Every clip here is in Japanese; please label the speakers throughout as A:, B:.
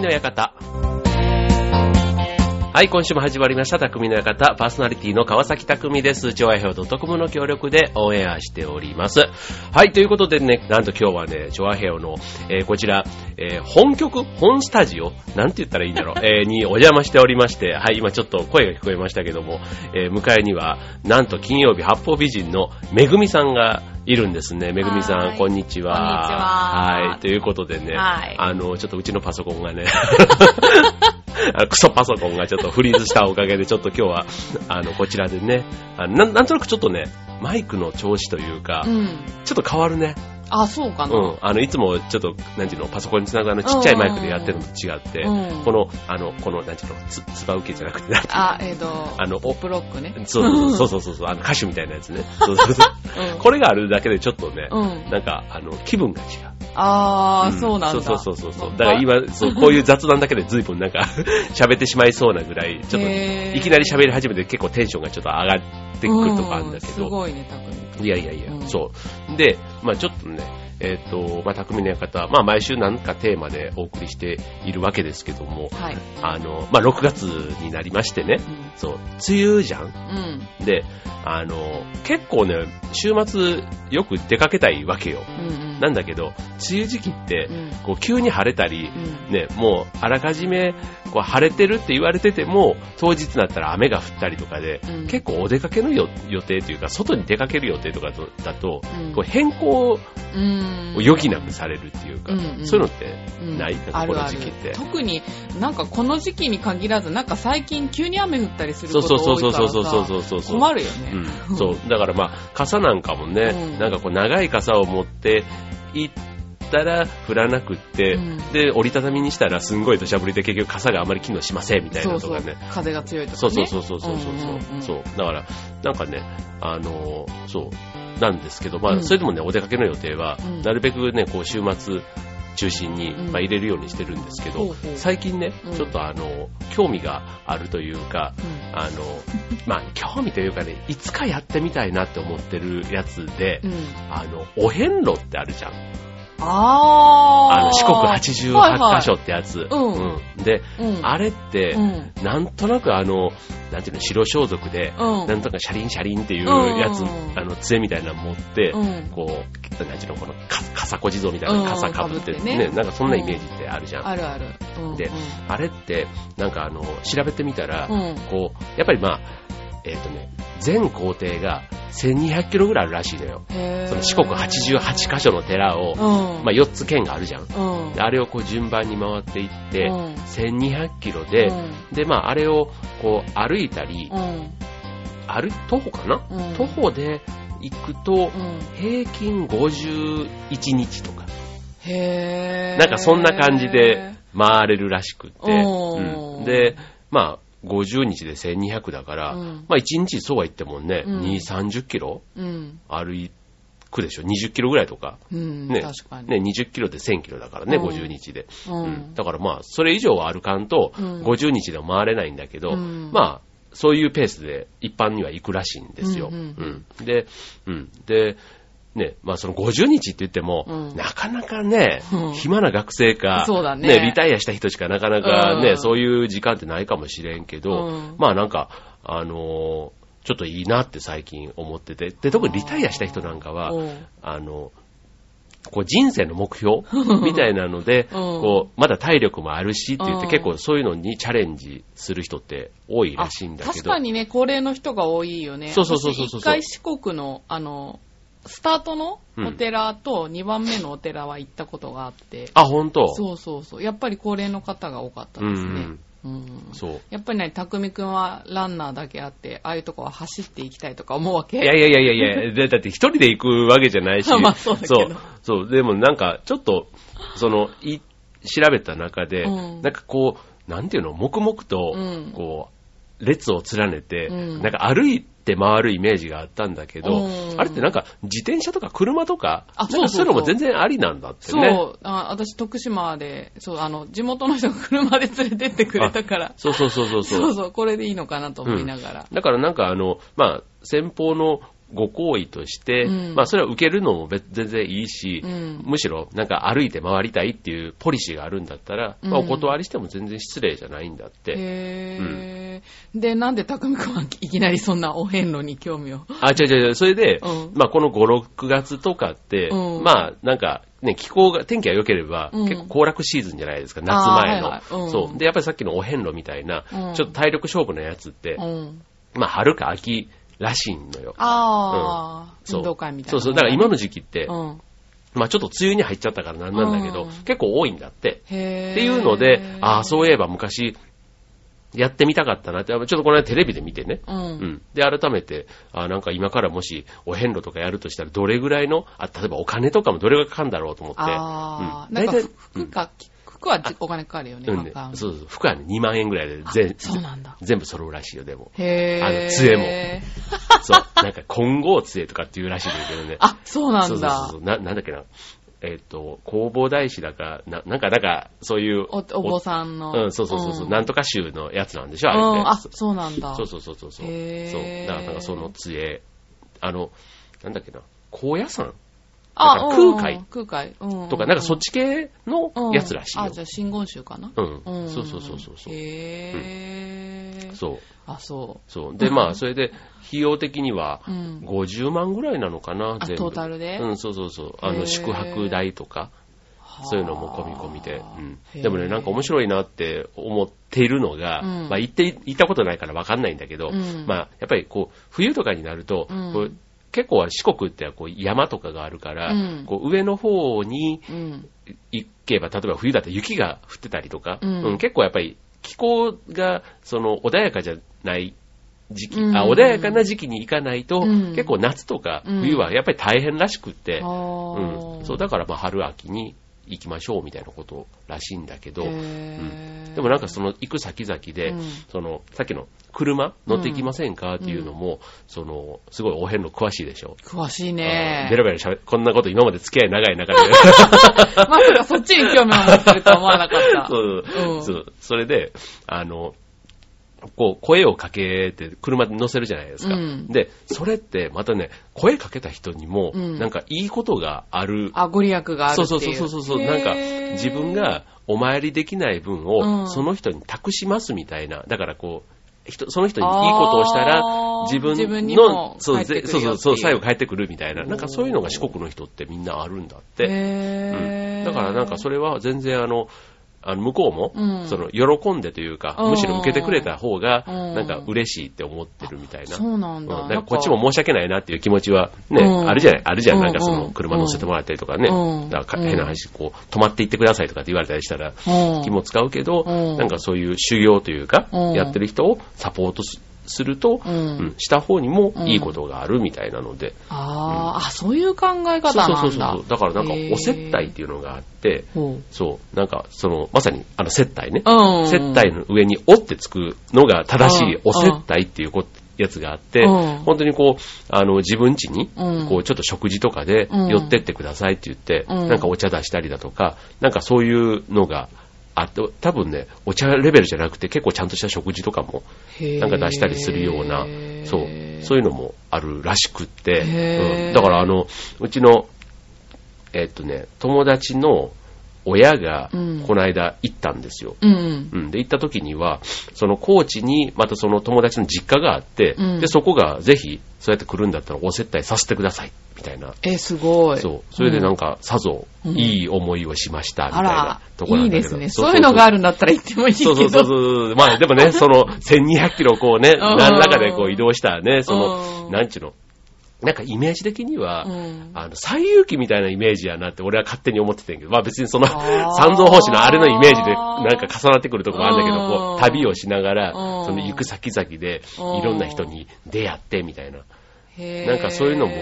A: の館。はい、今週も始まりました、匠の館。パーソナリティの川崎匠です。超愛ド .com の協力でオンエアしております。はい、ということでね、なんと今日はね、超愛平の、えーこちら、えー本局、本スタジオ、なんて言ったらいいんだろう、 えーにお邪魔しておりまして、はい、今ちょっと声が聞こえましたけども、えー迎えには、なんと金曜日八方美人のめぐみさんがいるんですね。めぐみさ
B: は
A: ん、
B: い
A: こんにちは。
B: こんにちは
A: はい、ということでね、
B: はい
A: あの、ちょっとうちのパソコンがね、 あのクソパソコンがちょっとフリーズしたおかげで、ちょっと今日は、あの、こちらでね、あのなんなんとなくちょっとね、マイクの調子というか、
B: うん。
A: ちょっと変わるね。
B: あ、そうか
A: う
B: な。
A: ん。あの、いつもちょっと、なんていうの、パソコンにつなぐあのちっちゃいマイクでやってるのと違って、
B: うん
A: この、あの、この、なんていうの、つ、つば受けじゃなくて、なん ていうの
B: あ、えっ、と、
A: あの、お、
B: ブロックね。
A: そうそうそうそうそうそう、あの歌手みたいなやつね。そうそうそう。
B: うん。
A: これがあるだけでちょっとね、
B: うん。
A: なんか、あの、気分が違う。
B: あー、そうなんだ。
A: そうそうそうそう。だから今、そう、こういう雑談だけで随分なんか、 喋ってしまいそうなぐらい、ちょっと、
B: へー
A: いきなり喋り始めて結構テンションがちょっと上がってくるとかあるんだけ
B: うす
A: ど、
B: ごいね、たくみ。
A: いやいやいや、
B: うん
A: そう。で、まあちょっとね、えっ、と、まあ匠の館、まあ毎週なんかテーマでお送りしているわけですけども、
B: はい。
A: あの、まあ6月になりましてね、
B: うん。
A: そう、梅雨じゃん
B: うん。
A: で、あの、結構ね、週末よく出かけたいわけよ。
B: うんうん。
A: なんだけど、梅雨時期って
B: う、ん。
A: こう急に晴れたり、
B: うん。
A: ね、もうあらかじめこう晴れてるって言われてても当日になったら雨が降ったりとかで、
B: うん
A: 結構お出かけのよ予定というか外に出かける予定とかとだと、
B: うん
A: こう変更を
B: うん。
A: 余儀なくされるっていうか、
B: うんうん
A: そういうのって
B: うん
A: ないなんか
B: あ
A: こ
B: る
A: の
B: あ
A: 時期
B: る
A: って。
B: 特になんかこの時期に限らず、なんか最近急に雨降ったりする
A: そ
B: こ
A: うそ
B: と
A: う
B: 多
A: そう
B: い
A: そ
B: か
A: う
B: ら
A: そ
B: さ
A: うそうそうそうそう。
B: 困るよね。
A: うん、そうだからまあ傘なんかもね、
B: うん
A: なんかこう長い傘を持って行ったら降らなくって、
B: うん
A: で折りたたみにしたらすんごい土砂降りで結局傘があまり機能しませんみたい
B: そ
A: な
B: う
A: と
B: そ
A: か
B: う
A: ね。
B: 風が強いとかね。
A: そうそうそうそうそうそう,、
B: うんうんうん
A: そうだからなんかねあのーそうなんですけどま
B: う
A: あ
B: ん
A: それでもねお出かけの予定は、
B: うん
A: なるべくねこう週末中心に、
B: うん
A: まあ、入れるようにしてるんですけど、
B: ほうほう
A: 最近ね、
B: うん
A: ちょっとあのー興味があるというか
B: うん
A: あ のーまあ興味というかねいつかやってみたいなって思ってるやつで、
B: うん。
A: あのお遍路ってあるじゃん
B: あー。
A: あの四国
B: はい
A: 88
B: はい
A: 箇所ってやつ、
B: うん
A: うんで
B: うん。
A: あれって、
B: うん。
A: なんとなくあの、なんていうの、白装束で、
B: うん。
A: なんとかシャリンシャリンっていう
B: うん
A: やつ、あの、杖みたいなの持って、
B: うん。
A: こう、なんていうの、この、か、かさこ地蔵みたいな傘かぶって
B: うん被って
A: ね、
B: ね
A: なんかそんなイメージってあるじゃん。
B: あるある。うん
A: であれって、なんかあの、調べてみたら
B: う、ん。
A: こう、やっぱりまあ、えっ、とね、全行程が1200キロぐらいあるらしいのよ。
B: へー
A: その四国88箇所の寺を、
B: うん。
A: まあ4つ県があるじゃん。
B: うん。
A: であれをこう順番に回っていって、
B: うん
A: 1200キロで、で、まあ、あれを、こう、歩いたり
B: う、ん。
A: 歩、徒歩かな、
B: うん。
A: 徒歩で行くと
B: う、ん。
A: 平均51日とか、
B: へー
A: なんかそんな感じで回れるらしくって、
B: おー
A: うんで、まあ、50日で1200だから、
B: うん
A: まあ、1日そうは言ってもね、
B: うん
A: 2、30キロ
B: うん。
A: 歩くでしょ ?20 キロぐらいとか。
B: うん。
A: ね
B: 確かに。
A: ね、20キロで1000キロだからね、
B: うん
A: 50日で。
B: うん。
A: うんだからまあ、それ以上は歩かんと、
B: うん
A: 50日では回れないんだけど、
B: うん
A: まあ、そういうペースで一般には行くらしいんですよ。
B: うん
A: うんで、うん。で、ね、まあその50日って言っても、
B: うん
A: なかなかね、
B: うん
A: 暇な学生か、
B: そうだね
A: リタイアした人しかなかなかね、
B: うん
A: そういう時間ってないかもしれんけど、
B: うん
A: まあなんか、あのーちょっといいなって最近思ってて、で、特にリタイアした人なんかは、
B: うん
A: あの、こう人生の目 標みたいなので、こう、まだ体力もあるしって言って
B: うん
A: 結構そういうのにチャレンジする人って多いらしいんだ
B: あ
A: け
B: 確
A: ど。
B: かにね、高齢の人が多いよね。
A: そうそうそうそうそう
B: 私一回四国の、あの、スタートのお寺と2番目のお寺は行ったことがあって、
A: あ、本当
B: そうそうそう。やっぱり高齢の方が多かったですね。うん
A: そう。
B: やっぱりね、匠くんはランナーだけあって、ああいうとこは走っていきたいとか思うわけ。
A: いやいやいやいやいや、でだって一人で行くわけじゃないし
B: まあそうだけど
A: そう。そうでもなんか、ちょっと、その、い、調べた中で、
B: うん
A: なんかこう、なんていうの、黙々と、
B: うん
A: こう、列を連ねて、
B: うん
A: なんか歩いて回るイメージがあったんだけど、
B: うん
A: あれってなんか自転車とか車とか、
B: あ
A: なんかそういうのも
B: そうそうそう
A: 全然ありなんだって
B: そう、
A: ね。
B: あ私徳島で、そう、あの、地元の人が車で連れてってくれたから、
A: そう そうそうそう
B: そうそうこれでいいのかなと思いながら。
A: だからなんかあの、まあ、先方のご行為として、
B: うん
A: まあそれは受けるのも別全然いいし、
B: うん
A: むしろなんか歩いて回りたいっていうポリシーがあるんだったら、まあ
B: う
A: お
B: ん
A: 断りしても全然失礼じゃないんだって。
B: へーで、なんで匠くんはいきなりそんなお遍路に興味を。
A: あ、違う違う違う、それで、
B: うん
A: まあこの5、6月とかって、
B: うん
A: まあなんか、ね、気候が、天気が良ければ、
B: うん
A: 結構行楽シーズンじゃないですか、夏前の。
B: あーはいはいうん
A: そう。で、やっぱりさっきのお遍路みたいな、
B: うん
A: ちょっと体力勝負のやつって、
B: うん。
A: まあ春か秋らしいのよ。
B: ああ、運動会みたいな。
A: そうそう、だから今の時期って、
B: うん。
A: まあちょっと梅雨に入っちゃったからなんなんだけど、
B: うん
A: 結構多いんだって。
B: へー
A: っていうので、ああ、そういえば昔、やってみたかったなって、ちょっとこの間テレビで見てね。
B: うん。
A: うん。で、改めて、あなんか今からもし、お遍路とかやるとしたら、どれぐらいの、あ、例えばお金とかもどれがかかるんだろうと思って。
B: ああ、
A: うん
B: なんか
A: 大体
B: 服か、服はじお金かかるよね、
A: うん、ね
B: 買う、の
A: そうそう、服はね、2万円ぐらいで全、
B: そうなんだ。。
A: 全部揃うらしいよ、でも
B: へ
A: あ
B: え。
A: の杖も そう、なんか混合杖とかっていうらしいんだけどね。
B: あ、そうな
A: そうんそうそう
B: だ
A: そ。うな、なんだっけな。えっ、と、工房大師だか、な、なんか、なんか、そういう。
B: お、お坊さんの。
A: うん、そうそうそうそう、
B: ん
A: なんとか州のやつなんでしょ、
B: う
A: あれね。
B: ん、あ、そうなんだ。
A: そうそうそうそうそう。
B: へー
A: そう。だからなんかその杖、あの、なんだっけな、高野山
B: あ、
A: なんか
B: うん
A: 空海
B: 空海。うん。
A: とか、なんかそっち系の
B: うん
A: やつらしい
B: あ、
A: よ
B: じ。ゃあ、真言宗かな。
A: うん
B: ん
A: そうそうそうそうそう
B: へー。
A: そう。
B: あ、そう。
A: そう。で、まあ、それで、費用的には、
B: うん
A: 50万ぐらいなのかな、
B: あ
A: 全部。
B: トータルで
A: うん、そうそうそう。あ
B: へ
A: の、
B: ー
A: 宿泊代とか、そういうのも込み込みで。うん。でもね、なんか面
B: 白
A: 白いなって思っているのが、
B: うん
A: まあ、行って、行ったことないからわかんないんだけど、
B: うん
A: まあ、やっぱりこう、冬とかになると、
B: うん
A: こう結構は四国ってこう山とかがあるから、
B: うん
A: こう上の方に
B: い。うん。
A: 行けば、例えば冬だったら雪が降ってたりとか、
B: うん
A: うん結構やっぱり気候がその穏やかじゃない時期、あ
B: うん
A: 穏やかな時期に行かないと、
B: うん
A: 結構夏とか
B: うん
A: 冬はやっぱり大変らしくって、
B: あ
A: うん、そうだからまあ春秋に行きましょうみたいなことらしいんだけど、
B: へー
A: でもなんかその行く先々で、
B: うん
A: そのさっきの車乗っていきませんかっていうのも、そのすごいお遍路詳しいでしょ。
B: 詳しい
A: あ
B: ね
A: ーベ。ロベロしゃべこんなこと今まで付き合い長い中で。
B: まさかそっちに興味を持ってるとは思わなかった。
A: そう
B: うん
A: そう。それで、あの、こう、声をかけて、車で乗せるじゃないですか。
B: うん
A: で、それって、またね、声かけた人にも、
B: うん
A: なんか、いいことがある。
B: あ、ご利益がある
A: そ
B: っ
A: うそ
B: ていうう。
A: そうそうそう。なんか
B: へー、
A: 自分、がお参りできない分
B: う
A: を、
B: ん
A: その人に託しますみたいな。だから、こう、人その人にいいことをしたら
B: あー、
A: 自分の、
B: 自分にも
A: そう
B: 返ってくるよっていう
A: そうそうそう、最後帰ってくるみたいな。なんか、そういうのが四国の人ってみんなあるんだって。
B: へー
A: だからなんかそれは全然あの、あの向こうも、
B: うん
A: その喜んでというか、
B: うん
A: むしろ受けてくれた方が、
B: うん
A: なんか嬉しいって思ってるみたいな。
B: そうなんだ。
A: うんなんかこっちも申し訳ないなっていう気持ちはね、
B: うん
A: あるじゃない、あるじゃん。
B: うん
A: なんかそ
B: うん
A: の車乗せてもらったりとかね、
B: うん
A: だから
B: うん
A: 変な話、こう、止まっていってくださいとかって言われたりしたら、
B: うん
A: 気も使うけど、
B: うん
A: なんかそういう修行というか、
B: うん
A: やってる人をサポートすすると、
B: うん
A: うんした方にもいいことがあるみたいなので、
B: あーあ、そういう考え方なんだ。
A: そうそうそうそう。だからなんかお接待っていうのがあって、
B: ほ
A: そう、なんかその、まさにあの接待ね。
B: う。うん。
A: 接待の上に「お」ってつくのが正し
B: う
A: い
B: ん
A: お接待っていうこやつがあって、
B: うん
A: 本当にこう、あの、自分家に
B: うん、
A: こう、ちょっと食事とかで
B: うん
A: 寄ってってくださいって言って、
B: うん
A: なんかお茶出したりだとか、なんかそういうのがあって、多分ね、お茶レベルじゃなくて結構ちゃんとした食事とかも
B: へー
A: なんか出したりするような、そう、そういうのもあるらしくって、
B: へー
A: うんだからあの、うちの、えっとね、友達の親が
B: うん、
A: この間行ったんですよ。
B: うん。
A: うん、で、行った時には、その高知に、またその友達の実家があって、
B: うん
A: で、そこがぜひ、そうやって来るんだったらお接待させてください、みたいな。
B: え、すごい。
A: そう。それでなんか、さぞ、
B: うん
A: いい思いをしました、みた
B: あ
A: いな
B: ら
A: と、ころないん
B: い
A: だ
B: で
A: けど
B: すね。そういうのがあ
A: る。
B: るんだったら行ってもいいけ
A: そ
B: ど。
A: うそうそうそう。まあでも ね、その1200キロをこうね、
B: ん
A: 何らかでこう移動したね、その、
B: うん
A: なんちゅうの。なんかイメージ的には、
B: うん
A: あの、西遊記みたいなイメージやなって俺は勝手に思ってたんやけど、まあ別にその、
B: あー
A: 三蔵法師のあれのイメージでなんか重なってくるとこもあるんだけど、
B: うん
A: こう、旅をしながら、
B: うん
A: その行く先々で、
B: うん
A: いろんな人に出会ってみたいな。
B: へー
A: なんかそういうのも、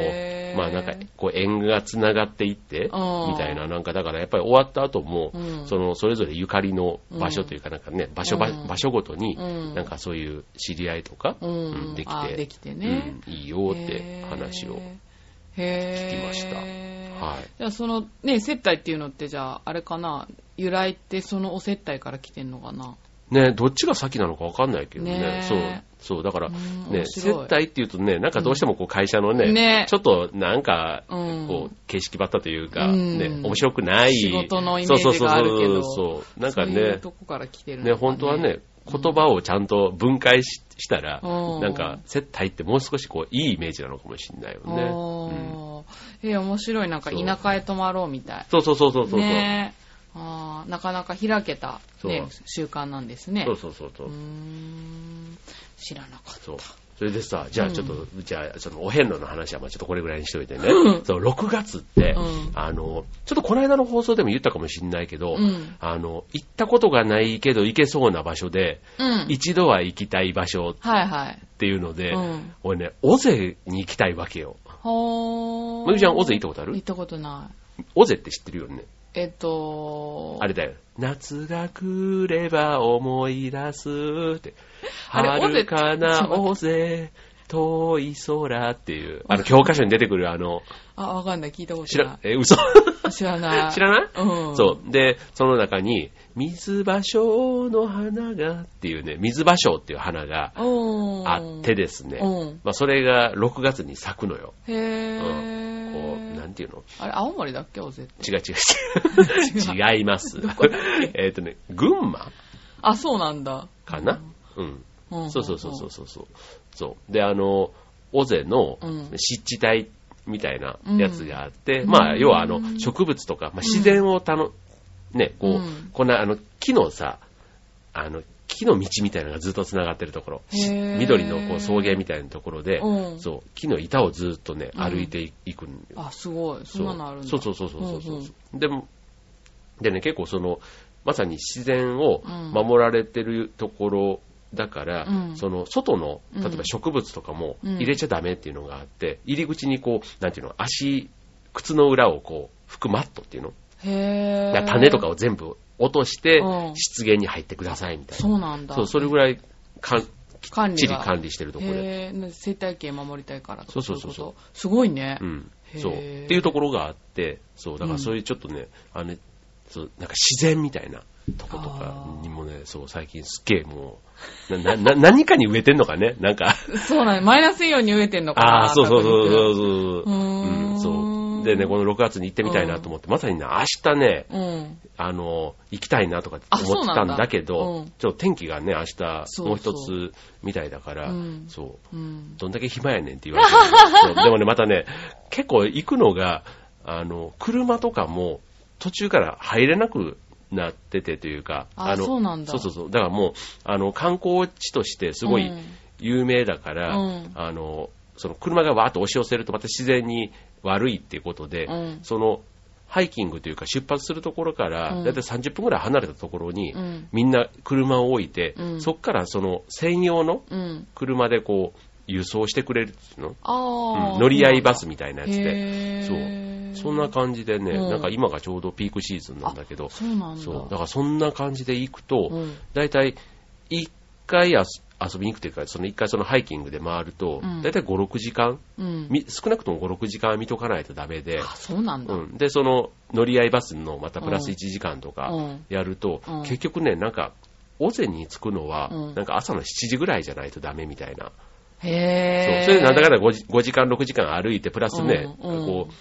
A: まあなんか、こう縁が繋がっていって、
B: うん
A: みたいな、なんかだからやっぱり終わった後も
B: う、ん
A: そのそれぞれゆかりの場所というかなんかね、場所ば
B: うん
A: 場所ごとに
B: うん、
A: なんかそういう知り合いとか、
B: うん
A: うんでき
B: あ
A: て、
B: できてね
A: うんいいよって話を。
B: 聞
A: 聞きましたはい
B: じゃあそのね、接待っていうのってじゃあ、あれかな、由来ってそのお接待から来てんのかな。
A: ね、どっちが先なのかわかんないけどね。
B: ね
A: そう。そう、だから、
B: うん
A: ね、
B: 面白
A: 接
B: い
A: 待っていうとね、なんかどうしてもこう会社のね、
B: ね
A: ちょっとなんか、
B: うん
A: こう、形式ばったというか、
B: うん
A: ね、面白くない。
B: 仕事のイメージがあるけど
A: そうそうそうそうそう。なんか
B: そういう
A: ね、
B: とこから来てるのか
A: ね、本当はね、言葉をちゃんと分解ししたら、
B: うん
A: なんか、接待ってもう少しこう、いいイメージなのかもしれないよね。うん
B: おーえー面白い。なんか
A: そう
B: 田舎へ泊まろうみたい。
A: そうそうそうそうそう。
B: ねえあーなかなか開けた、ね
A: そ、
B: 習慣なんですね。
A: そうそうそうそうう
B: ー。ん知らなかった。
A: そう。それでさ、じゃあちょっと、じゃあ、そのお遍路の話はまあちょっとこれぐらいにしといてね。そう、6月って、
B: うん
A: あの、ちょっとこの間の放送でも言ったかもしれないけど、
B: うん
A: あの、行ったことがないけど行けそうな場所で、
B: うん。
A: 一度は行きたい場所
B: はいはい。
A: っていうので、
B: うん
A: 俺ね、尾瀬に行きたいわけよ。
B: ほー。
A: まゆみちゃん尾瀬行ったことある
B: 行ったことない。
A: 尾瀬って知ってるよね。
B: えっと、
A: あれだよ。夏が来れば思い出すって。
B: あれ
A: 遥かな
B: 尾
A: 尾瀬、遠い空っていう、あの、教科書に出てくるあの、
B: あ、わかんない。聞いたこと
A: 知ら
B: な、
A: え、嘘
B: い。知らな い。
A: 知らない
B: うん。
A: そう。で、その中に、水芭蕉の花がっていうね、水芭蕉っていう花が
B: おー。
A: あってですね、
B: うん
A: まあそれが6月に咲くのよ。
B: へ
A: こ
B: ー。
A: う、なんていうの
B: あれ、青森だっけおぜ
A: 違う違う違う。違います。 えっとね、群馬
B: あ、そうなんだ。
A: かなうん。
B: うん
A: そうそうそうそうそうそう。そうで、あの、尾瀬の
B: うん
A: 湿地帯みたいなやつがあって、
B: うん
A: まあ、要はあ
B: う
A: の、
B: ん
A: 植物とか、まあ、自然をたの、ね、こう、
B: うん
A: こんな、あの、木のさ、あの、木の道みたいなのがずっと繋がってるところ、し
B: へー
A: 緑のこう草原みたいなところで、
B: うん
A: そう、木の板をずっとね、歩いてい,、くんよ。
B: あ、すごい。そんなのあるんだ。
A: そうそうそうそうそうそう、
B: うんうん
A: でもでね結構そのまさに自然を守られてるところだから、
B: うん
A: その外の
B: うん
A: 例えば植物とかも
B: うん
A: 入れちゃダメっていうのがあって、入り口にこうなんていうの足靴の裏をこう拭くマットっていうの、
B: へ
A: だか
B: ー。
A: ら種とかを全部落として
B: うん
A: 湿原に入ってくださいみたいな、
B: そうなんだ。
A: そうそれぐらいかんき
B: 管
A: っ
B: 理
A: ちり
B: が
A: 管理してるところで。
B: へー生態系守りたいから
A: そうそうそうそう
B: いことすごいね
A: う。ん、
B: へー
A: そうっていうところがあってそうだからそういうちょっとね、あのそうなんか自然みたいなとことかにもねそう最近すっげえもうななな 何かに植えてんのかねなん か
B: そうなんだ。マイナスイオンに植えてんのかな。
A: ああそうそうそう
B: 確
A: そ
B: 実
A: うそう
B: うー
A: う
B: ん
A: んそうでねこの6月に行ってみたいなと思って、まさにね明日ね
B: うん。
A: あの行きたいなとかって
B: あ
A: 思ってたんだけ
B: そう
A: ど
B: なんだうん
A: ちょっと天気がね明日
B: そうそう
A: もう一つみたいだから
B: うん
A: そう
B: うん。
A: どんだけ暇やねんって言われてるそうでもね、またね、結構行くのが、あの、車とかも途中から入れなくなっててというか、
B: あ
A: の、
B: そうなんだ
A: そうそうそうだからもう、あの、観光地としてすごい
B: うん
A: 有名だから、
B: うん
A: あの、その車がわーっと押し寄せるとまた自然に悪いっていうことで、
B: うん
A: その、ハイキングというか出発するところから、
B: うん
A: だいたい30分ぐらい離れたところに、
B: うん
A: みんな車を置いて、
B: うん
A: そっからその専用の
B: うん。
A: 車でこう、輸送してくれるっていうの、
B: ああ、
A: うん乗り合いバスみたいなやつで。
B: へー
A: そんな感じでね、
B: うん
A: なんか今がちょうどピークシーズンなんだけど、
B: そうなんだ。
A: そう、だからそんな感じで行くと、
B: うん
A: だいたい一回遊遊びに行くというか、その一回そのハイキングで回ると
B: う、ん
A: だいたい5、6時間、
B: うん。
A: み少なくとも5、6時間は見とかないとダメで、
B: あ、そうなんだ。
A: うん、で、その乗り合いバスのまたプラス1時間と
B: う
A: か
B: ん
A: やると、
B: うん
A: 結局ね、なんか、尾瀬に着くのは、
B: うん
A: なんか朝の7時ぐらいじゃないとダメみたいな。そう
B: へー。
A: それでなんだかんだ 5, 時5時間、6時間歩いて、プラスね、
B: うんうん
A: こう、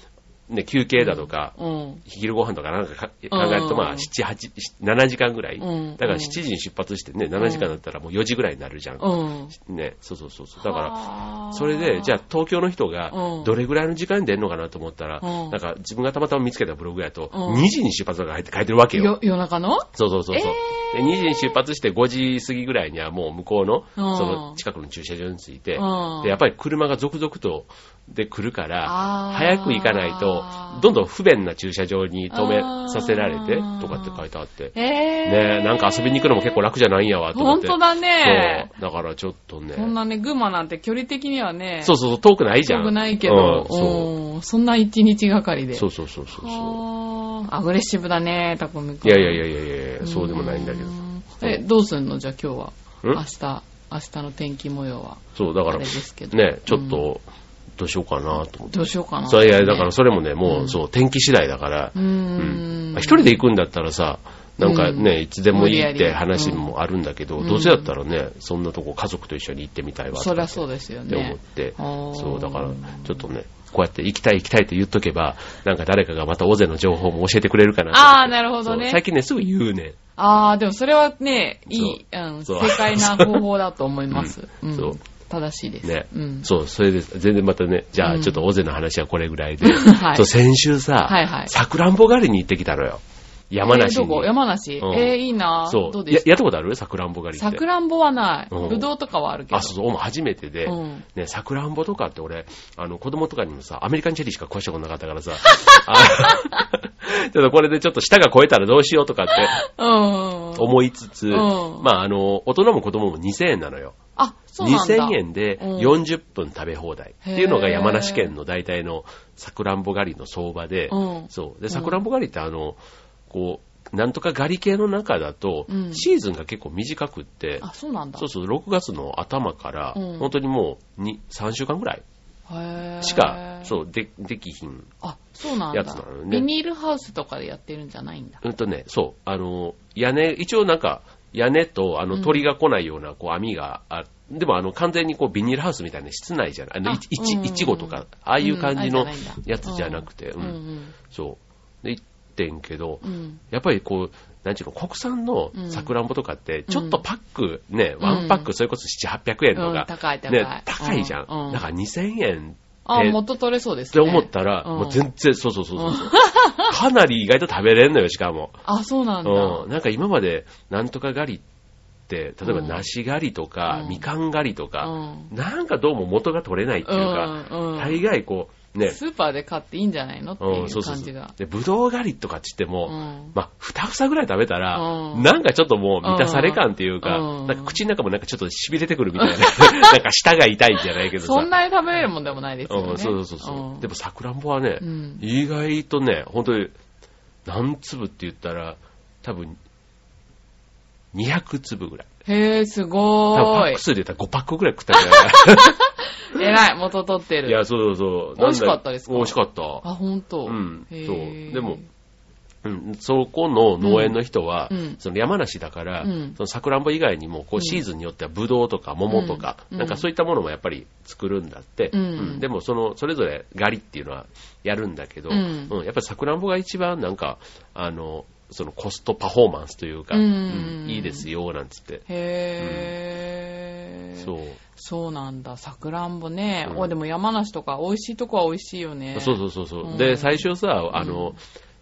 A: ね、休憩だとか、
B: うん。
A: 昼ご飯とかなんかか考えると、まあ、
B: うん
A: 7、8、7時間ぐらい。
B: うん
A: だから
B: う
A: 7
B: ん
A: 時に出発してね、7時間だったらもう4時ぐらいになるじゃん。
B: うん。
A: ね、そうそうそうそう。だから、
B: ら
A: それで、じゃあ東京の人が
B: うん
A: どれぐらいの時間に出るのかなと思ったら、
B: うん
A: なんか自分がたまたま見つけたブログやと、
B: うん
A: 2時に出発とか書いて書いてるわけよ。
B: よ夜中の
A: そうそうそうそう、
B: え
A: で。
B: ー
A: 2時に出発して5時過ぎぐらいにはもう向こうの、
B: うん
A: その近くの駐車場に着いて、
B: うん
A: でやっぱり車が続々と、で来るから
B: あ、ー
A: 早く行かないと、どんどん不便な駐車場に止め
B: あー
A: させられて、とかって書いてあって。
B: えー。
A: ねなんか遊びに行くのも結構楽じゃないんやわ、と思っ
B: 本
A: て。
B: 当だね。
A: そう。だからちょっとね。
B: こんなね、群馬なんて距離的にはね、
A: そうそうそう、遠くないじゃん。
B: 遠くないけ
A: うん
B: ど、
A: そう
B: うんそんな一日がかりで。
A: そうそうそうそうそ
B: はあアグレッシブだね、たこみ
A: う。
B: くん。
A: いやいやいやいやいやいや、そうでもないんだけど
B: う。んえ、どうすんのじゃあ今日は。
A: ん
B: 明日、明日の天気模様は。
A: そう、だか
B: あ
A: ら、
B: れですけど
A: ね、ちょっと、どうしようかなと思って。
B: どうしようかな。
A: そういや、だから
B: ね
A: それもね、もう、
B: ん
A: そう、天気次第だから
B: う、ーん。
A: 一人で行くんだったらさ、なんかね、
B: うん
A: いつでもいいっ
B: 無理や
A: て
B: り
A: 話もあるんだけど、
B: うん
A: どうせだったらね、そんなとこ家族と一緒に行ってみたいわと
B: そり
A: か
B: ゃ
A: っ
B: そうですよ
A: て思
B: ね
A: っ。て、
B: あー
A: そう、だから、ちょっとね、こうやって行きたい行きたいって言っとけば、なんか誰かがまた大勢の情報も教えてくれるかなと思って
B: あーなるほどね
A: そう最近ね、すぐ言うね。
B: ああ、でもそれはね、いい、うん、
A: そ
B: 正
A: う
B: 解な方法だと思います。
A: うん
B: うん
A: そう
B: 正しいです。
A: ね、
B: うん。
A: そう、それで、全然またね、じゃ
B: う
A: あ
B: ん
A: ちょっと大勢の話はこれぐらいで、
B: はい
A: そう先週さ、
B: はいはい
A: さくらんぼ狩りに行ってきたのよ。山梨
B: えー
A: に。
B: どこ山梨、
A: うん
B: えーいいな
A: そう
B: どうで
A: や
B: し。た
A: やったことあるさくらんぼ狩りっ
B: さ
A: て
B: く。らんぼはない。
A: うん
B: ぶどうとかはあるけど。
A: あ、そうそう、俺も初めてで、
B: うん
A: ね、さくらんぼとかって俺、あの、子供とかにもさ、アメリカンチェリーしか食わしたことなかった からさ、あちょっとこれでちょっと舌が超えたらどうしようとかって
B: うん。
A: 思いつつ、
B: うん
A: まあ、あの、大人も子供も2000円なのよ。
B: あ、そうなんだ。
A: 2000円で
B: うん
A: 40分食べ放題っていうのが
B: へー
A: 山梨県の大体のさくらんぼ狩りの相場で、
B: うん
A: そう。で、さくらんぼ狩りってあの、こう、なんとか狩り系の中だと
B: う、ん
A: シーズンが結構短くって、
B: あ、そうなんだ。
A: そうそう、6月の頭から、
B: うん
A: 本当にもうに3週間ぐらい
B: へー
A: しか、そう、で、できひん。
B: あ、そうなんだ。
A: やつなのよね
B: ビニールハウスとかでやってるんじゃないんだ。
A: うんとね、そう、あの、屋根、一応なんか、屋根と、あ
B: う
A: の、
B: ん
A: 鳥が来ないような、こう、網があ、でも、あの、完全にこう、ビニールハウスみたいな室内じゃない、あの、
B: あ
A: いちいち
B: うんうんうん
A: いちごとか、ああいう感じの
B: うんあれじゃないんだ
A: やつじゃなくて、
B: う
A: うん、
B: うんん。
A: そう。で、行ってんけど
B: う、ん。
A: やっぱりこう、なんちゅうの、国産の
B: うん
A: さくらんぼとかって、ちょっとパック、ね、ワンパック、それこそ7、800円の
B: うん
A: が、
B: 高い高い。
A: ね、高いじゃん。
B: う
A: だから2000円
B: あ、
A: で
B: 元取れそうで
A: っ
B: す
A: て
B: ね。
A: 思ったら、
B: うん
A: もう全然、そうそうそうそう。 かなり意外と食べれんのよ、しかも。
B: あ、そうなんだ。
A: うん。なんか今まで、なんとか狩りって、例えば
B: うん
A: 梨狩りとか、
B: うん
A: みかん狩りと
B: う
A: か、
B: ん
A: なんかどうも元が取れないっていうか、
B: うんうん
A: 大概こう、ね、
B: スーパーで買っていいんじゃないのって
A: うん、
B: い
A: そううそう
B: 感
A: そ
B: じが
A: う。。で、ぶどう狩りとかっつっても、
B: うん
A: まあ、ふたふさぐらい食べたら、
B: うん
A: なんかちょっともう満たされ感っていうか、
B: うん
A: なんか口の中もなんかちょっと痺れてくるみ たいな、なんか舌が痛いじゃないけどさ。
B: そんなに食べれるもんでもないですよね。
A: うん、そうそうそう。うんでも、さくらんぼはね、
B: うん
A: 意外とね、本当に、何粒って言ったら、多分、200粒ぐらい。
B: へえ、
A: 多
B: す
A: 分パ
B: ご
A: ッ
B: い
A: ク。数で言ったら5パックぐらい食ったんじゃないか
B: えらい、元取って
A: ない
B: る。
A: や、そうそうそう。
B: 美味しかったですか
A: 美味しかった。
B: あ、ほんと。
A: うん、
B: へえ
A: そう。でも、うん、そこの農園の人は、
B: うん
A: その山梨だから、
B: うん
A: その桜んぼ以外にも、こ
B: う
A: うんシーズンによってはブドウとか桃とか、
B: うん
A: なんかそういったものもやっぱり作るんだって、
B: うん
A: でもその、それぞれ狩りっていうのはやるんだけど、
B: うん
A: やっぱり桜んぼが一番なんか、あの、そのコストパフォーマンスというか、
B: うん
A: うんいいですよ、なんつって。
B: へえ。
A: そう。
B: そうなんだ。さくらんぼね。
A: うん
B: お、でも山梨とか美味しいとこは美味しいよね。。
A: そうそううそうそう、
B: うん
A: で、最初さ、あの、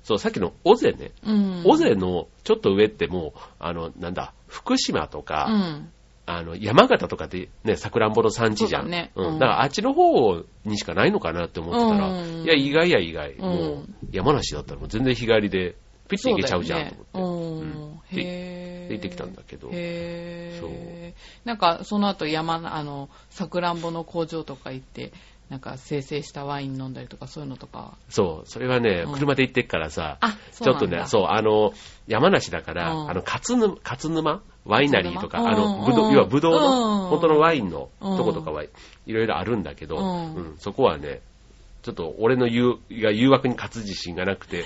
A: そう、さっきの尾瀬ね、
B: うん。
A: 尾瀬のちょっと上ってもう、あの、なんだ、福島とか、
B: うん。
A: あの、山形とかでね、桜んぼの産地じゃん。
B: そうだね
A: う。
B: うんん
A: だからあっちの方にしかないのかなって思ってたら、
B: うん
A: いや、意外や意外。
B: ん
A: もう、山梨だったらもう全然日帰りで、ピッて行けちゃうじゃんと思って。
B: そうだよね
A: う
B: うん
A: で
B: ん。へえ。
A: で行ってきたんだけど
B: へ
A: そう
B: え。なんか、その後山な、あの、さくらんぼの工場とか行って、なんか生成したワイン飲んだりとかそういうのとか。
A: そう、それはね
B: う、ん
A: 車で行ってっからさ、
B: あ、そ
A: ち
B: う
A: ょ
B: な
A: っ
B: んだ
A: とね、そう、あの、山梨だから、
B: うん
A: あの、勝沼、勝沼ワイナリーとか、
B: 勝
A: あ
B: 沼
A: の、
B: うん
A: ぶど
B: う
A: う、
B: ん
A: 要はぶどうの、
B: うん
A: 本当のワインの
B: うん
A: とことかはいろいろあるんだけど、う
B: うん
A: ん、そこはね、ちょっと俺の言う、が誘惑に勝つ自信がなく て、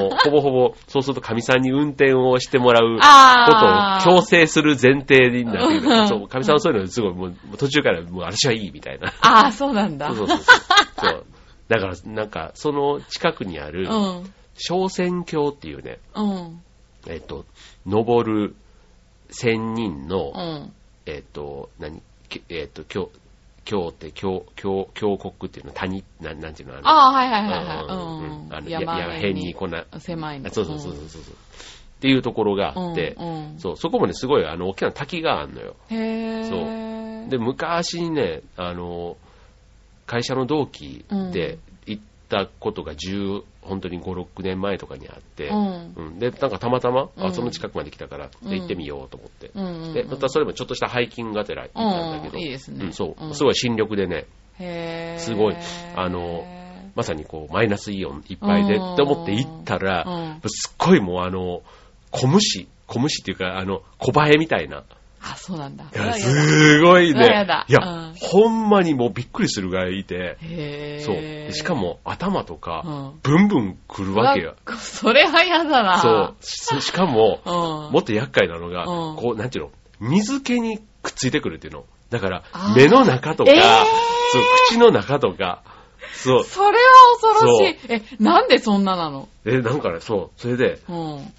A: もうほぼほぼ、そうすると神さんに運転をしてもらう
B: あー
A: ことを強制する前提になってる
B: うん
A: そう、神さんはそういうのすごい、もう途中からもう私はいいみた いな。
B: ああ、そうなんだ。。
A: そううそうんそうそう。そうだから、なんか、その近くにある、小仙峡っていうね、
B: うん。
A: えっと、登る仙人の、
B: うん。
A: えっと、何、きえっと、京、京って、京、京、京国っていうの、谷、なん、なんていうの、あ
B: ああ、はいはい
A: の
B: はいはい。
A: うんうんあ
B: うん。
A: の、や、や、辺にこんな、
B: 狭いの。
A: そうそうそうそうそう。っていうところがあって
B: う、んうん
A: そう、そこもね、すごい、あの、大きな滝があるのよ。
B: へえ。
A: そうで、昔にね、あの、会社の同期で行ったことが10、本当に5、6年前とかにあって、
B: うん。
A: うん、で、なんかたまたま、
B: う
A: あ
B: ん
A: その近くまで来たから、
B: うん
A: で行ってみようと思って。
B: うんうん。
A: で、またそれもちょっとしたハイキングがてら行ったんだけど、
B: うんいいですね
A: うんそう、
B: うん
A: すごい新緑でね、
B: へえ。
A: すごいあのまさにこう、マイナスイオンいっぱいで
B: うん
A: って思って行ったら、
B: うん。
A: すっごいもうあの、小虫、小虫っていうか、あの、小映えみたいな。
B: あ、そうなんだ。
A: すごいね。
B: うわやだ
A: いや、
B: うん
A: ほんまにもうびっくりするぐらいいて、
B: へ
A: そう。
B: え。
A: でしか、も頭とか
B: うん、
A: ブンブン来るわけよ。
B: うわそれは嫌だな。
A: そう。ししかも、
B: うん。
A: もっと厄介なのが、
B: うん
A: こう、なんていうの、水気にくっついてくるっていうの。だから
B: あ、ー
A: 目の中とか、
B: えー
A: そう、口の中とか、そう、
B: それは恐ろしい。え、なんでそんななの
A: え、なんかね、そう、それで、
B: うん。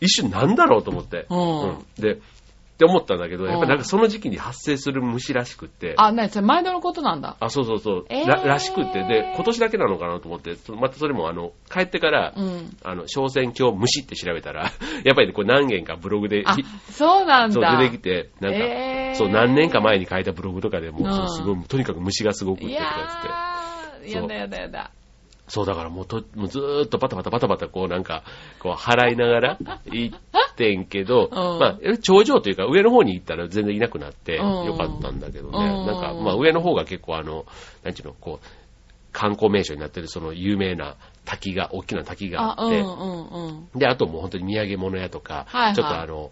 A: 一瞬なんだろうと思って、
B: うん
A: で、って思ったんだけど、やっぱ
B: うん
A: なんかその時期に発生する虫らしくって、
B: あ、なにそれ毎度のことなんだ。
A: あ、そうそうそう、
B: えー
A: ら、らしくって、で、今年だけなのかなと思って、そまたそれもあの、帰ってから、
B: うん。
A: あの、小選挙虫って調べたら、 やっぱりね、これ何件かブログで
B: あ
A: ひ、
B: そうなんだ。
A: そう出てきて、なんか、
B: えー
A: そう、何年か前に書いたブログとかでも、
B: うん
A: そうすごい、とにかく虫がすごくって
B: い
A: と
B: や
A: か言ってて。
B: ー、やだやだやだ。
A: そう、だからもうと、もうずーっとバタバタバタバタ、こうなんか、こう払いながら行ってんけ ど、
B: ん
A: まあ、頂上というか上の方に行ったら全然いなくなって、
B: うん
A: よかったんだけどね。
B: うん
A: なんか、まあ上の方が結構あの、なんちゅうの、こう、観光名所になってるその有名な滝が、大きな滝が
B: あ、
A: あ
B: う
A: っ
B: ん
A: て、
B: うんうん。
A: で、あともう本当に土産物屋とか、
B: はいはい
A: ちょっとあの、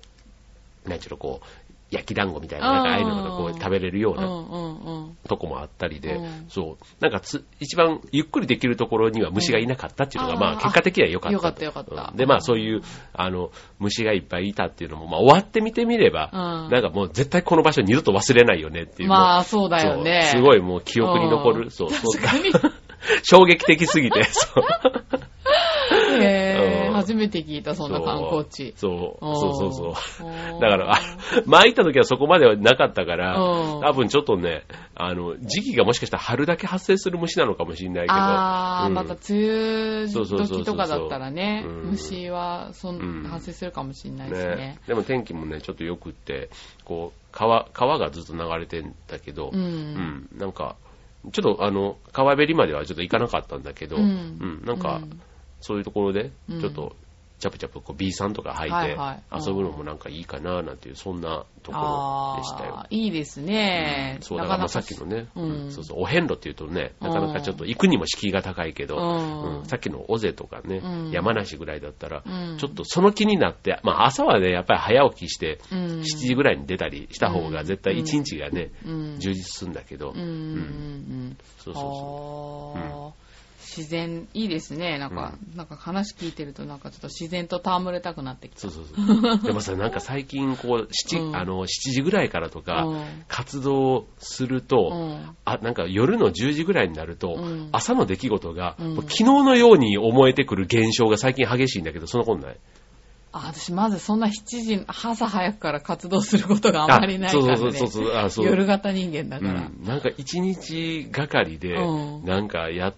A: なんちゅうの、こう、焼き団子みたいな、なんかああいうのがこ
B: う
A: うん食べれるよう
B: う
A: なん
B: うんうん。
A: とこもあったりで、
B: うん
A: そう、なんかつ、一番ゆっくりできるところには虫がいなかったっていうのが、
B: うん
A: まあ、
B: あー
A: 結果的には良かったと。
B: よかったよかった
A: うんで、まあ、そういう、あの、虫がいっぱいいたっていうのも、まあ、終わってみてみれば、
B: うん
A: なんかもう絶対この場所二度と忘れないよねっていう。
B: ま
A: も
B: あ、そうだよね。
A: そうすごいもう記憶に残る。
B: うん
A: そう、 そう
B: 確かに。
A: 衝撃的すぎ て、そう。う
B: へ ー
A: ん
B: 初めて聞いた、そんな観光地。
A: そう、
B: うん
A: そうそうそう。
B: うん
A: だから、あ前行った時はそこまではなかったから、
B: うん
A: 多分ちょっとね、あの、時期がもしかしたら春だけ発生する虫なのかもしれないけど、
B: あー、
A: うん
B: また梅雨
A: そうそうそうそう
B: 時とかだったらね、
A: うん
B: 虫はそん、
A: うん
B: 発生するかもしれないですね。
A: ね、でも天気もね、ちょっと良くって、こう、川、川がずっと流れてんだけど、
B: うん
A: うんなんか、ちょっとあの、川べりまではちょっと行かなかったんだけど、
B: うん
A: うんなんか、
B: うん
A: そういうところで、
B: うん
A: ちょっと、チャプチャプこう B さんとか履
B: はいはいい
A: て、遊ぶのもなんかいいかななんていう、そんなところでしたよ
B: あ。ー、いいですね。
A: そうだからまあさっきのね、
B: うん
A: うんそうそう、お遍路っていうとね、なかなかちょっと行くにも敷居が高いけど、
B: うん
A: うんさっきの尾瀬とかね、
B: うん
A: 山梨ぐらいだったら、
B: うん
A: ちょっとその気になって、まあ朝はね、やっぱり早起きして、
B: うん
A: 7時ぐらいに出たりした方が絶対
B: うん
A: 一日がね、
B: うん
A: 充実するんだけど、
B: うんうんうん
A: そうそうそ
B: あー自然、いいですね。なんか、なんか話聞いてると、なんかちょっと自然と戯れたくなってき
A: う。
B: た。
A: そうそうそう。 でもさ、なんか最近こう、七、
B: うん
A: あの、7時ぐらいからとか、
B: うん
A: 活動すると、
B: うん
A: あ、なんか夜の10時ぐらいになると、
B: うん
A: 朝の出来事が、
B: うん
A: もう昨日のように思えてくる現象が最近激しいんだけど、そんなことない
B: あ、私まずそんな7時、朝早くから活動することがあんまりないから
A: そう
B: ね
A: そう。そうそう、あ、そう。
B: 夜型人間だから。
A: うん、なんか一日がかりで
B: う、ん
A: なんかやっ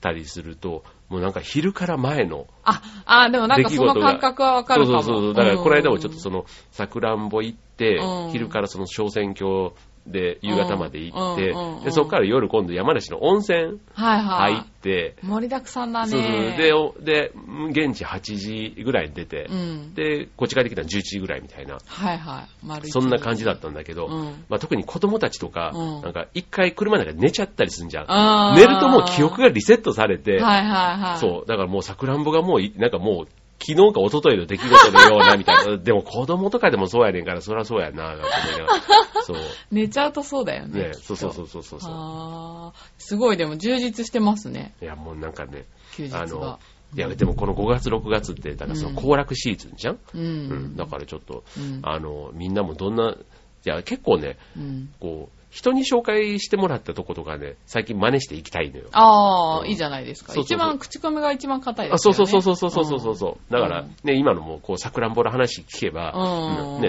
A: たりすると、もうなんか昼から前の
B: あ、あ、でもなん
A: 出来
B: かそ
A: 事が。
B: の感覚はわかるかも。
A: そうそうそう。だからこの間もちょっと
B: の、
A: その、さくらんぼ行って
B: う、ん
A: 昼からその小選挙で夕方まで行って
B: うんうん、
A: で、そこから夜今度山梨の温泉
B: はい
A: 入
B: は
A: って、
B: い。盛りだくさんだね。
A: そうそうでお、で、現地8時ぐらいに出て
B: う、ん。
A: で、こっち帰ってきたの11時ぐらいみたいな。
B: はいはい。丸一
A: そんな感じだったんだけど、
B: うん
A: まあ、特に子供たちとか、
B: うん
A: なんか一回車の中で寝ちゃったりするんじゃ
B: あ
A: ん。
B: ー
A: 寝るともう記憶がリセットされて、
B: はいはいはい。
A: そう、だからもうさくらんぼがもうい、なんかもう、昨日か一昨日の出来事のような、みたい な。でも子供とかでもそうやねんから、そりゃそうやな、なんて思いながら。 そう。
B: 寝ちゃうとそうだよね。
A: ね、そうそうそうそうそうそ
B: あーすごいでも充実してますね、
A: う。いや、もうなんかね、
B: 休日
A: あ
B: が
A: の。、いや、でもこの5月、6月って、だからその行楽シーズンじゃん、
B: う
A: うん
B: ん。
A: だからちょっと、
B: うん
A: あの、みんなもどんな、いや、結構ね、
B: うん
A: こう、人に紹介してもらったとことかね、最近真似していきたいのよ。
B: あ
A: う
B: あ、
A: ん
B: いいじゃないですか。
A: そうそうそう
B: 一番、口コミが一番硬い
A: あ
B: です
A: そ
B: よ
A: う
B: ね。
A: そうそうそうそうそうそうそう。だから
B: うん
A: ね、今のもこう、さくらんぼの話聞けば、
B: うん
A: うんね、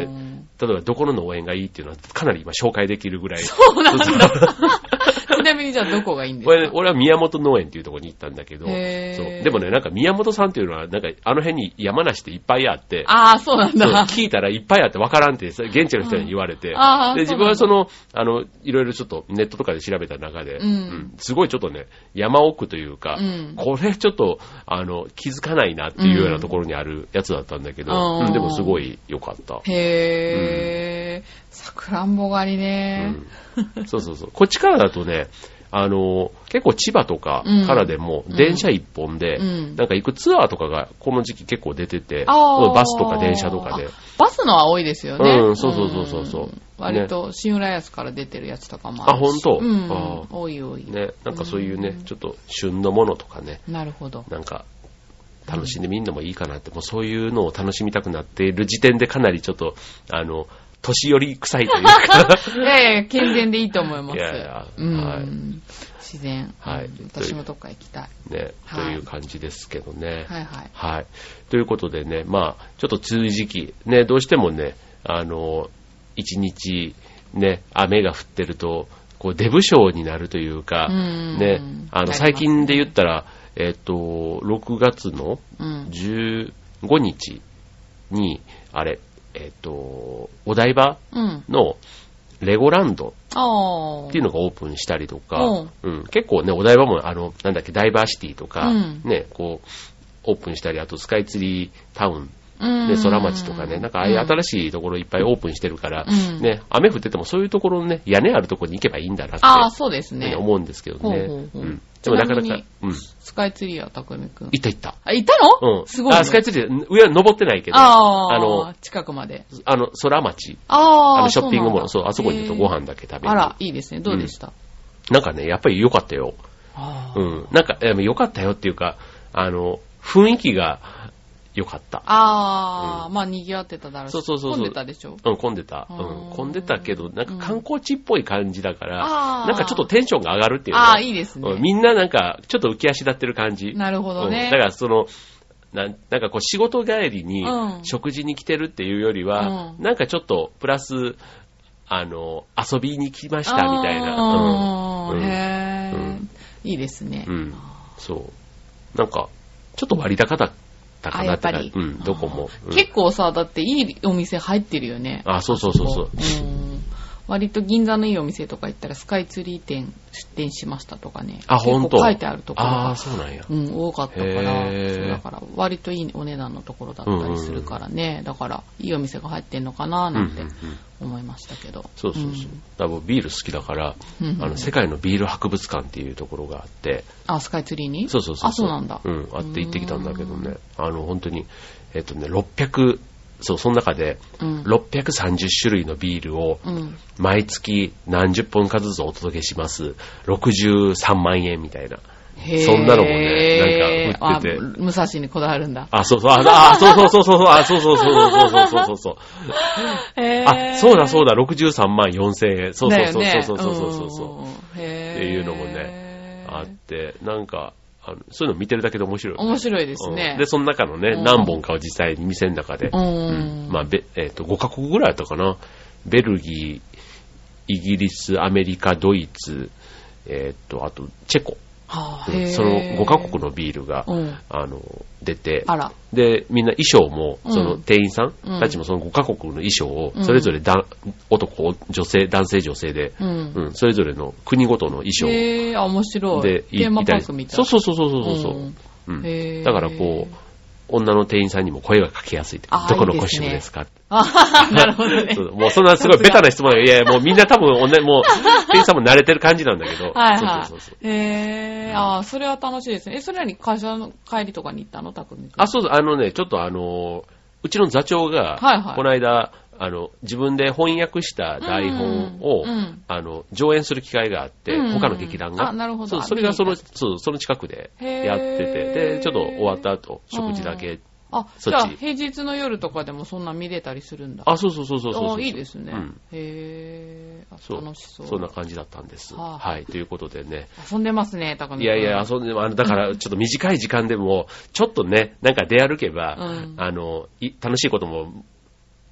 A: 例えばどこの農園がいいっていうのはかなり今紹介できるぐらい。
B: そうな んだ。ちなみにじゃあどこがいいんですか
A: 俺俺は宮本農園っていうところに行ったんだけど、そう
B: へー
A: でもね、なんか宮本さんっていうのは、なんかあの辺に山梨っていっぱいあって、
B: ああ、そうなん
A: そう
B: だ。
A: 聞いたらいっぱいあって分からんって、それ現地の人に言われて、
B: うんあー
A: で、自
B: そうなんだ
A: 分はその、あの、いろいろちょっとネットとかで調べた中で、
B: うん
A: すごいちょっとね、山奥というか、
B: うん
A: これちょっと、あの、気づかないなっていうようなところにあるやつだったんだけど、
B: うん
A: うんでもすごい良かった。
B: へえ、さくらんぼ狩りね。
A: そうそうそう。こっちからだとね、あの、結構千葉とか
B: うん
A: からでも、電車一本で、
B: うん
A: なんか行くツアーとかが、この時期結構出てて、
B: あー
A: バスとか電車とかで。
B: バスのは多いですよね。
A: うんそうそうそうそうそうん
B: 割と新浦安から出てるやつとかもあ
A: あ、
B: るし。
A: 本当、
B: うん
A: あー。
B: 多い多い。
A: ね、なんかそういうね
B: う、ん
A: ちょっと旬のものとかね、
B: なるほど。
A: なんか楽しんでみんなもいいかなって、もうそういうのを楽しみたくなっている時点でかなりちょっと、あの、年寄り臭いという か、
B: いやいや、健全でいいと思います。
A: いやいや
B: うん
A: はい
B: 自然、
A: はい
B: うん私もどっか行きたい。
A: ね、と
B: はい
A: いう感じですけどね。
B: はいはい。
A: はい。ということでね、まあ、ちょっと梅雨時期、ね、どうしてもね、あの、一日、ね、雨が降ってると、こう、出不精になるというか、
B: うん
A: ね、あ
B: なります
A: の、
B: ね
A: 最近で言ったら、えっと、6月の
B: うん。
A: 15日に、あれ、えっと、お台場
B: うん。
A: のレゴランド
B: ああ。
A: っていうのがオープンしたりとか、
B: うん
A: うん結構ね、お台場も、あの、なんだっけ、ダイバーシティとか、
B: うん
A: ね、こう、オープンしたり、あとスカイツリータウン、
B: うん
A: ね、空町とかね、なんかああいう新しいところいっぱいオープンしてるから、
B: うん
A: ね、雨降っててもそういうところのね、屋根あるところに行けばいいんだなって、
B: ああ、そうですね。
A: 思うんですけどね。
B: ほうほうほう
A: うんでもなかな
B: ちな
A: か、うん、
B: スカイツリーはたくみくん。
A: 行った行った。
B: あ、いたの
A: うん。
B: すごいね。
A: あ、スカイツリー、上は登ってないけど、
B: あー
A: あの、
B: 近くまで。
A: あの、空町、
B: あ
A: あ
B: あ
A: の、ショッピングモール、そう、あそこに行くとご
B: 飯。
A: 飯だけ食べる。
B: あら、いいですね。どうでした
A: なんかね、やっぱり良かったよ。
B: あ
A: う
B: ー
A: ん。なんか、えー良かったよっていうか、あの、雰囲気が良かった。
B: あー、まあ、賑わってただろうし。
A: そうそうそうそう
B: 混んでたでしょ
A: うん、混んでた。
B: あ
A: う
B: ー
A: ん、混んでたけど、なんか観光地っぽい感じだから、
B: あー
A: なんかちょっとテンションが上がるっていう
B: ああ、
A: い
B: いいですね。
A: うん、みんななんか、ちょっと浮き足立ってる感じ。
B: なるほど
A: う
B: ね
A: ん。だからその、なんなんかこう仕事帰りに
B: うん
A: 食事に来てるっていうよりは、
B: うん
A: なんかちょっとプラス、あの、遊びに来ましたみたいな。
B: あ
A: うん
B: ー
A: うん
B: へ
A: う
B: ー
A: ん
B: いいですね。
A: うん。そう。なんか、ちょっと割高だったか
B: あ、
A: な
B: や
A: っ
B: ってぱ
A: 感じ
B: り。
A: うん、どこも。
B: あ
A: う
B: ー
A: ん
B: 結構さ、だっていいお店入ってるよね。
A: あ、そうそうそうそう。
B: うん割と銀座のいいお店とか行ったらスカイツリー店出店しましたとかね。
A: あ、ほん
B: 結
A: と。
B: 構書いてあるところ
A: ああ、
B: が。
A: そうなんや。
B: うん、多かったから、
A: へー
B: そうだから、割といいお値段のところだったりするからね、だから、いいお店が入ってんのか
A: う
B: なー
A: んう
B: なんん
A: う
B: て
A: ん
B: 思いましたけど。
A: そうそうそう。
B: ん
A: だから僕ビール好きだから、
B: うんうん
A: あの、世界のビール博物館っていうところがあって、
B: あ、スカイツリーに
A: そうそうそう。
B: あ、そうなんだ。
A: うん、あって行ってきたんだけどね、あの、本当に、えっとね、600、そう、その中で、
B: うん
A: 630種類のビールを、
B: うん。
A: 毎月何十本かずつお届けします。63万円みたいな。
B: へー
A: そんなのもねなんか売ってて
B: あ、武蔵にこだわるんだ。
A: あ、そうそう、あ、 あそうそうそうそう、あ、そうそうそうそうそうそうそうそう。
B: へー
A: あ、そうだそうだ、63万4千円。そうそうそう
B: だよね
A: そうそうそうそうそう。
B: うんへー
A: っていうのもねあって、なんか、あのそういうの見てるだけで面白いよね。
B: 面白いですね
A: うん。で、その中の
B: う
A: ね、
B: ん
A: 何本かを実際に店の中で、
B: うん
A: まあ、べえっ、と、5カ国ぐらいだったかな。ベルギー、イギリス、アメリカ、ドイツ、えっ、と、あと、チェコ。
B: はあ
A: うん
B: へー
A: その5カ国のビールが、
B: うん
A: あの、出て、
B: あら。
A: で、みんな衣装も、
B: うん
A: その店員さん
B: うん
A: たちもその5カ国の衣装を
B: う、ん
A: それぞれだ、男、女性、男性、女性で、
B: うん
A: うんそれぞれの国ごとの衣装
B: へえ、あ、面白い。
A: で、い
B: テーマ
A: いた
B: パ
A: り
B: ークみたい
A: そう
B: な。
A: そうそうそうそうそう。う
B: うん
A: ん、
B: へー
A: だからこう、女の店員さんにも声がかけやすいって
B: あー
A: どこの
B: いい
A: コ
B: で
A: ス
B: す
A: チュ
B: ね
A: ームですか
B: あははなるほどね
A: そ。うもうそんなすご いベタな質問よ。いやいや、もうみんな多分お、ね、もう、店員さんも慣れてる感じなんだけど。
B: はいはい。
A: そうそうそうそう。
B: へえ、あー、それは楽しいですね。え、それなに会社の帰りとかに行ったのたくみ
A: あ、そうそう、あのね、ちょっとあのー、うちの座長が、
B: はいはい
A: この間、あの、自分で翻訳した台本を、
B: うんうん
A: あの、上演する機会があって、
B: うんうん
A: 他の劇団が。
B: あなるほど
A: そうそれがその、
B: 見に
A: そう、その近くで
B: へー
A: やってて、で、ちょっと終わった後、食事だけ。
B: うんあ、
A: そ
B: じ
A: っち
B: ゃあ平日の夜とかでもそんな見れたりするんだ。
A: あ、そうそうそうそうそうそう。
B: あいいですね。
A: うん
B: へえ、あ
A: そう
B: 楽しそう。
A: そんな感じだったんです。
B: はあ
A: はい。ということでね。
B: 遊んでますね、高見
A: いやいや、
B: ん
A: 遊んでも、あの、だから、ちょっと短い時間でも、ちょっとね、なんか出歩けば、
B: うん
A: あの、い楽しいことも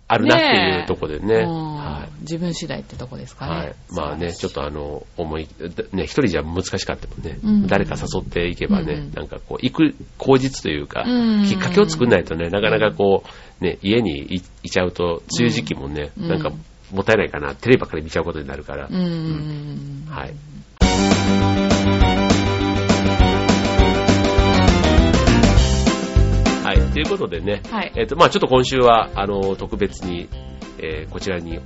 A: あるなって
B: ね
A: い
B: え
A: うとこでね。
B: うん
A: はい。
B: 自分次第ってとこですかね。
A: はい。まあね、ちょっ
B: と。
A: とあの、思い、だね、一人じゃ難しかったもんね。
B: うん
A: 誰か誘っていけばね、
B: うん
A: なんかこう、行く口実というか、
B: うん
A: きっかけを作んないとね、なかなかこう、ね、家にいいちゃうと、梅雨時期もね、
B: うん
A: なんか、もったいないかな、テレビばっかり見ちゃうことになるから、
B: うーん。
A: はい。はい、ということでね、
B: はい
A: えっ、と、まあちょっと今週は、あの、特別に、えーこちらに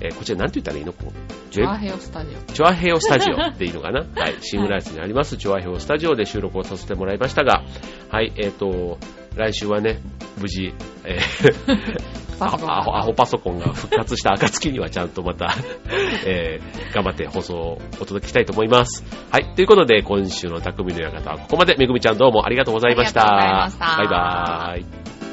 A: えーこちらなんて言ったらいいのこう
B: チョアヘオスタジオ。
A: チョアヘオスタジオっていうのか なはい。シングライスにあります、チョアヘオスタジオで収録をさせてもらいましたが、はい、えっ、と、来週はね、無事、えー
B: パソコン
A: アホアホパソコンが復活した暁にはちゃんとまた、えー頑張って放送をお届けしたいと思います。はい。ということで、今週の匠の館はここまで。めぐみちゃんどうもありがとうございました。
B: ありがとうございました
A: バイバーイ。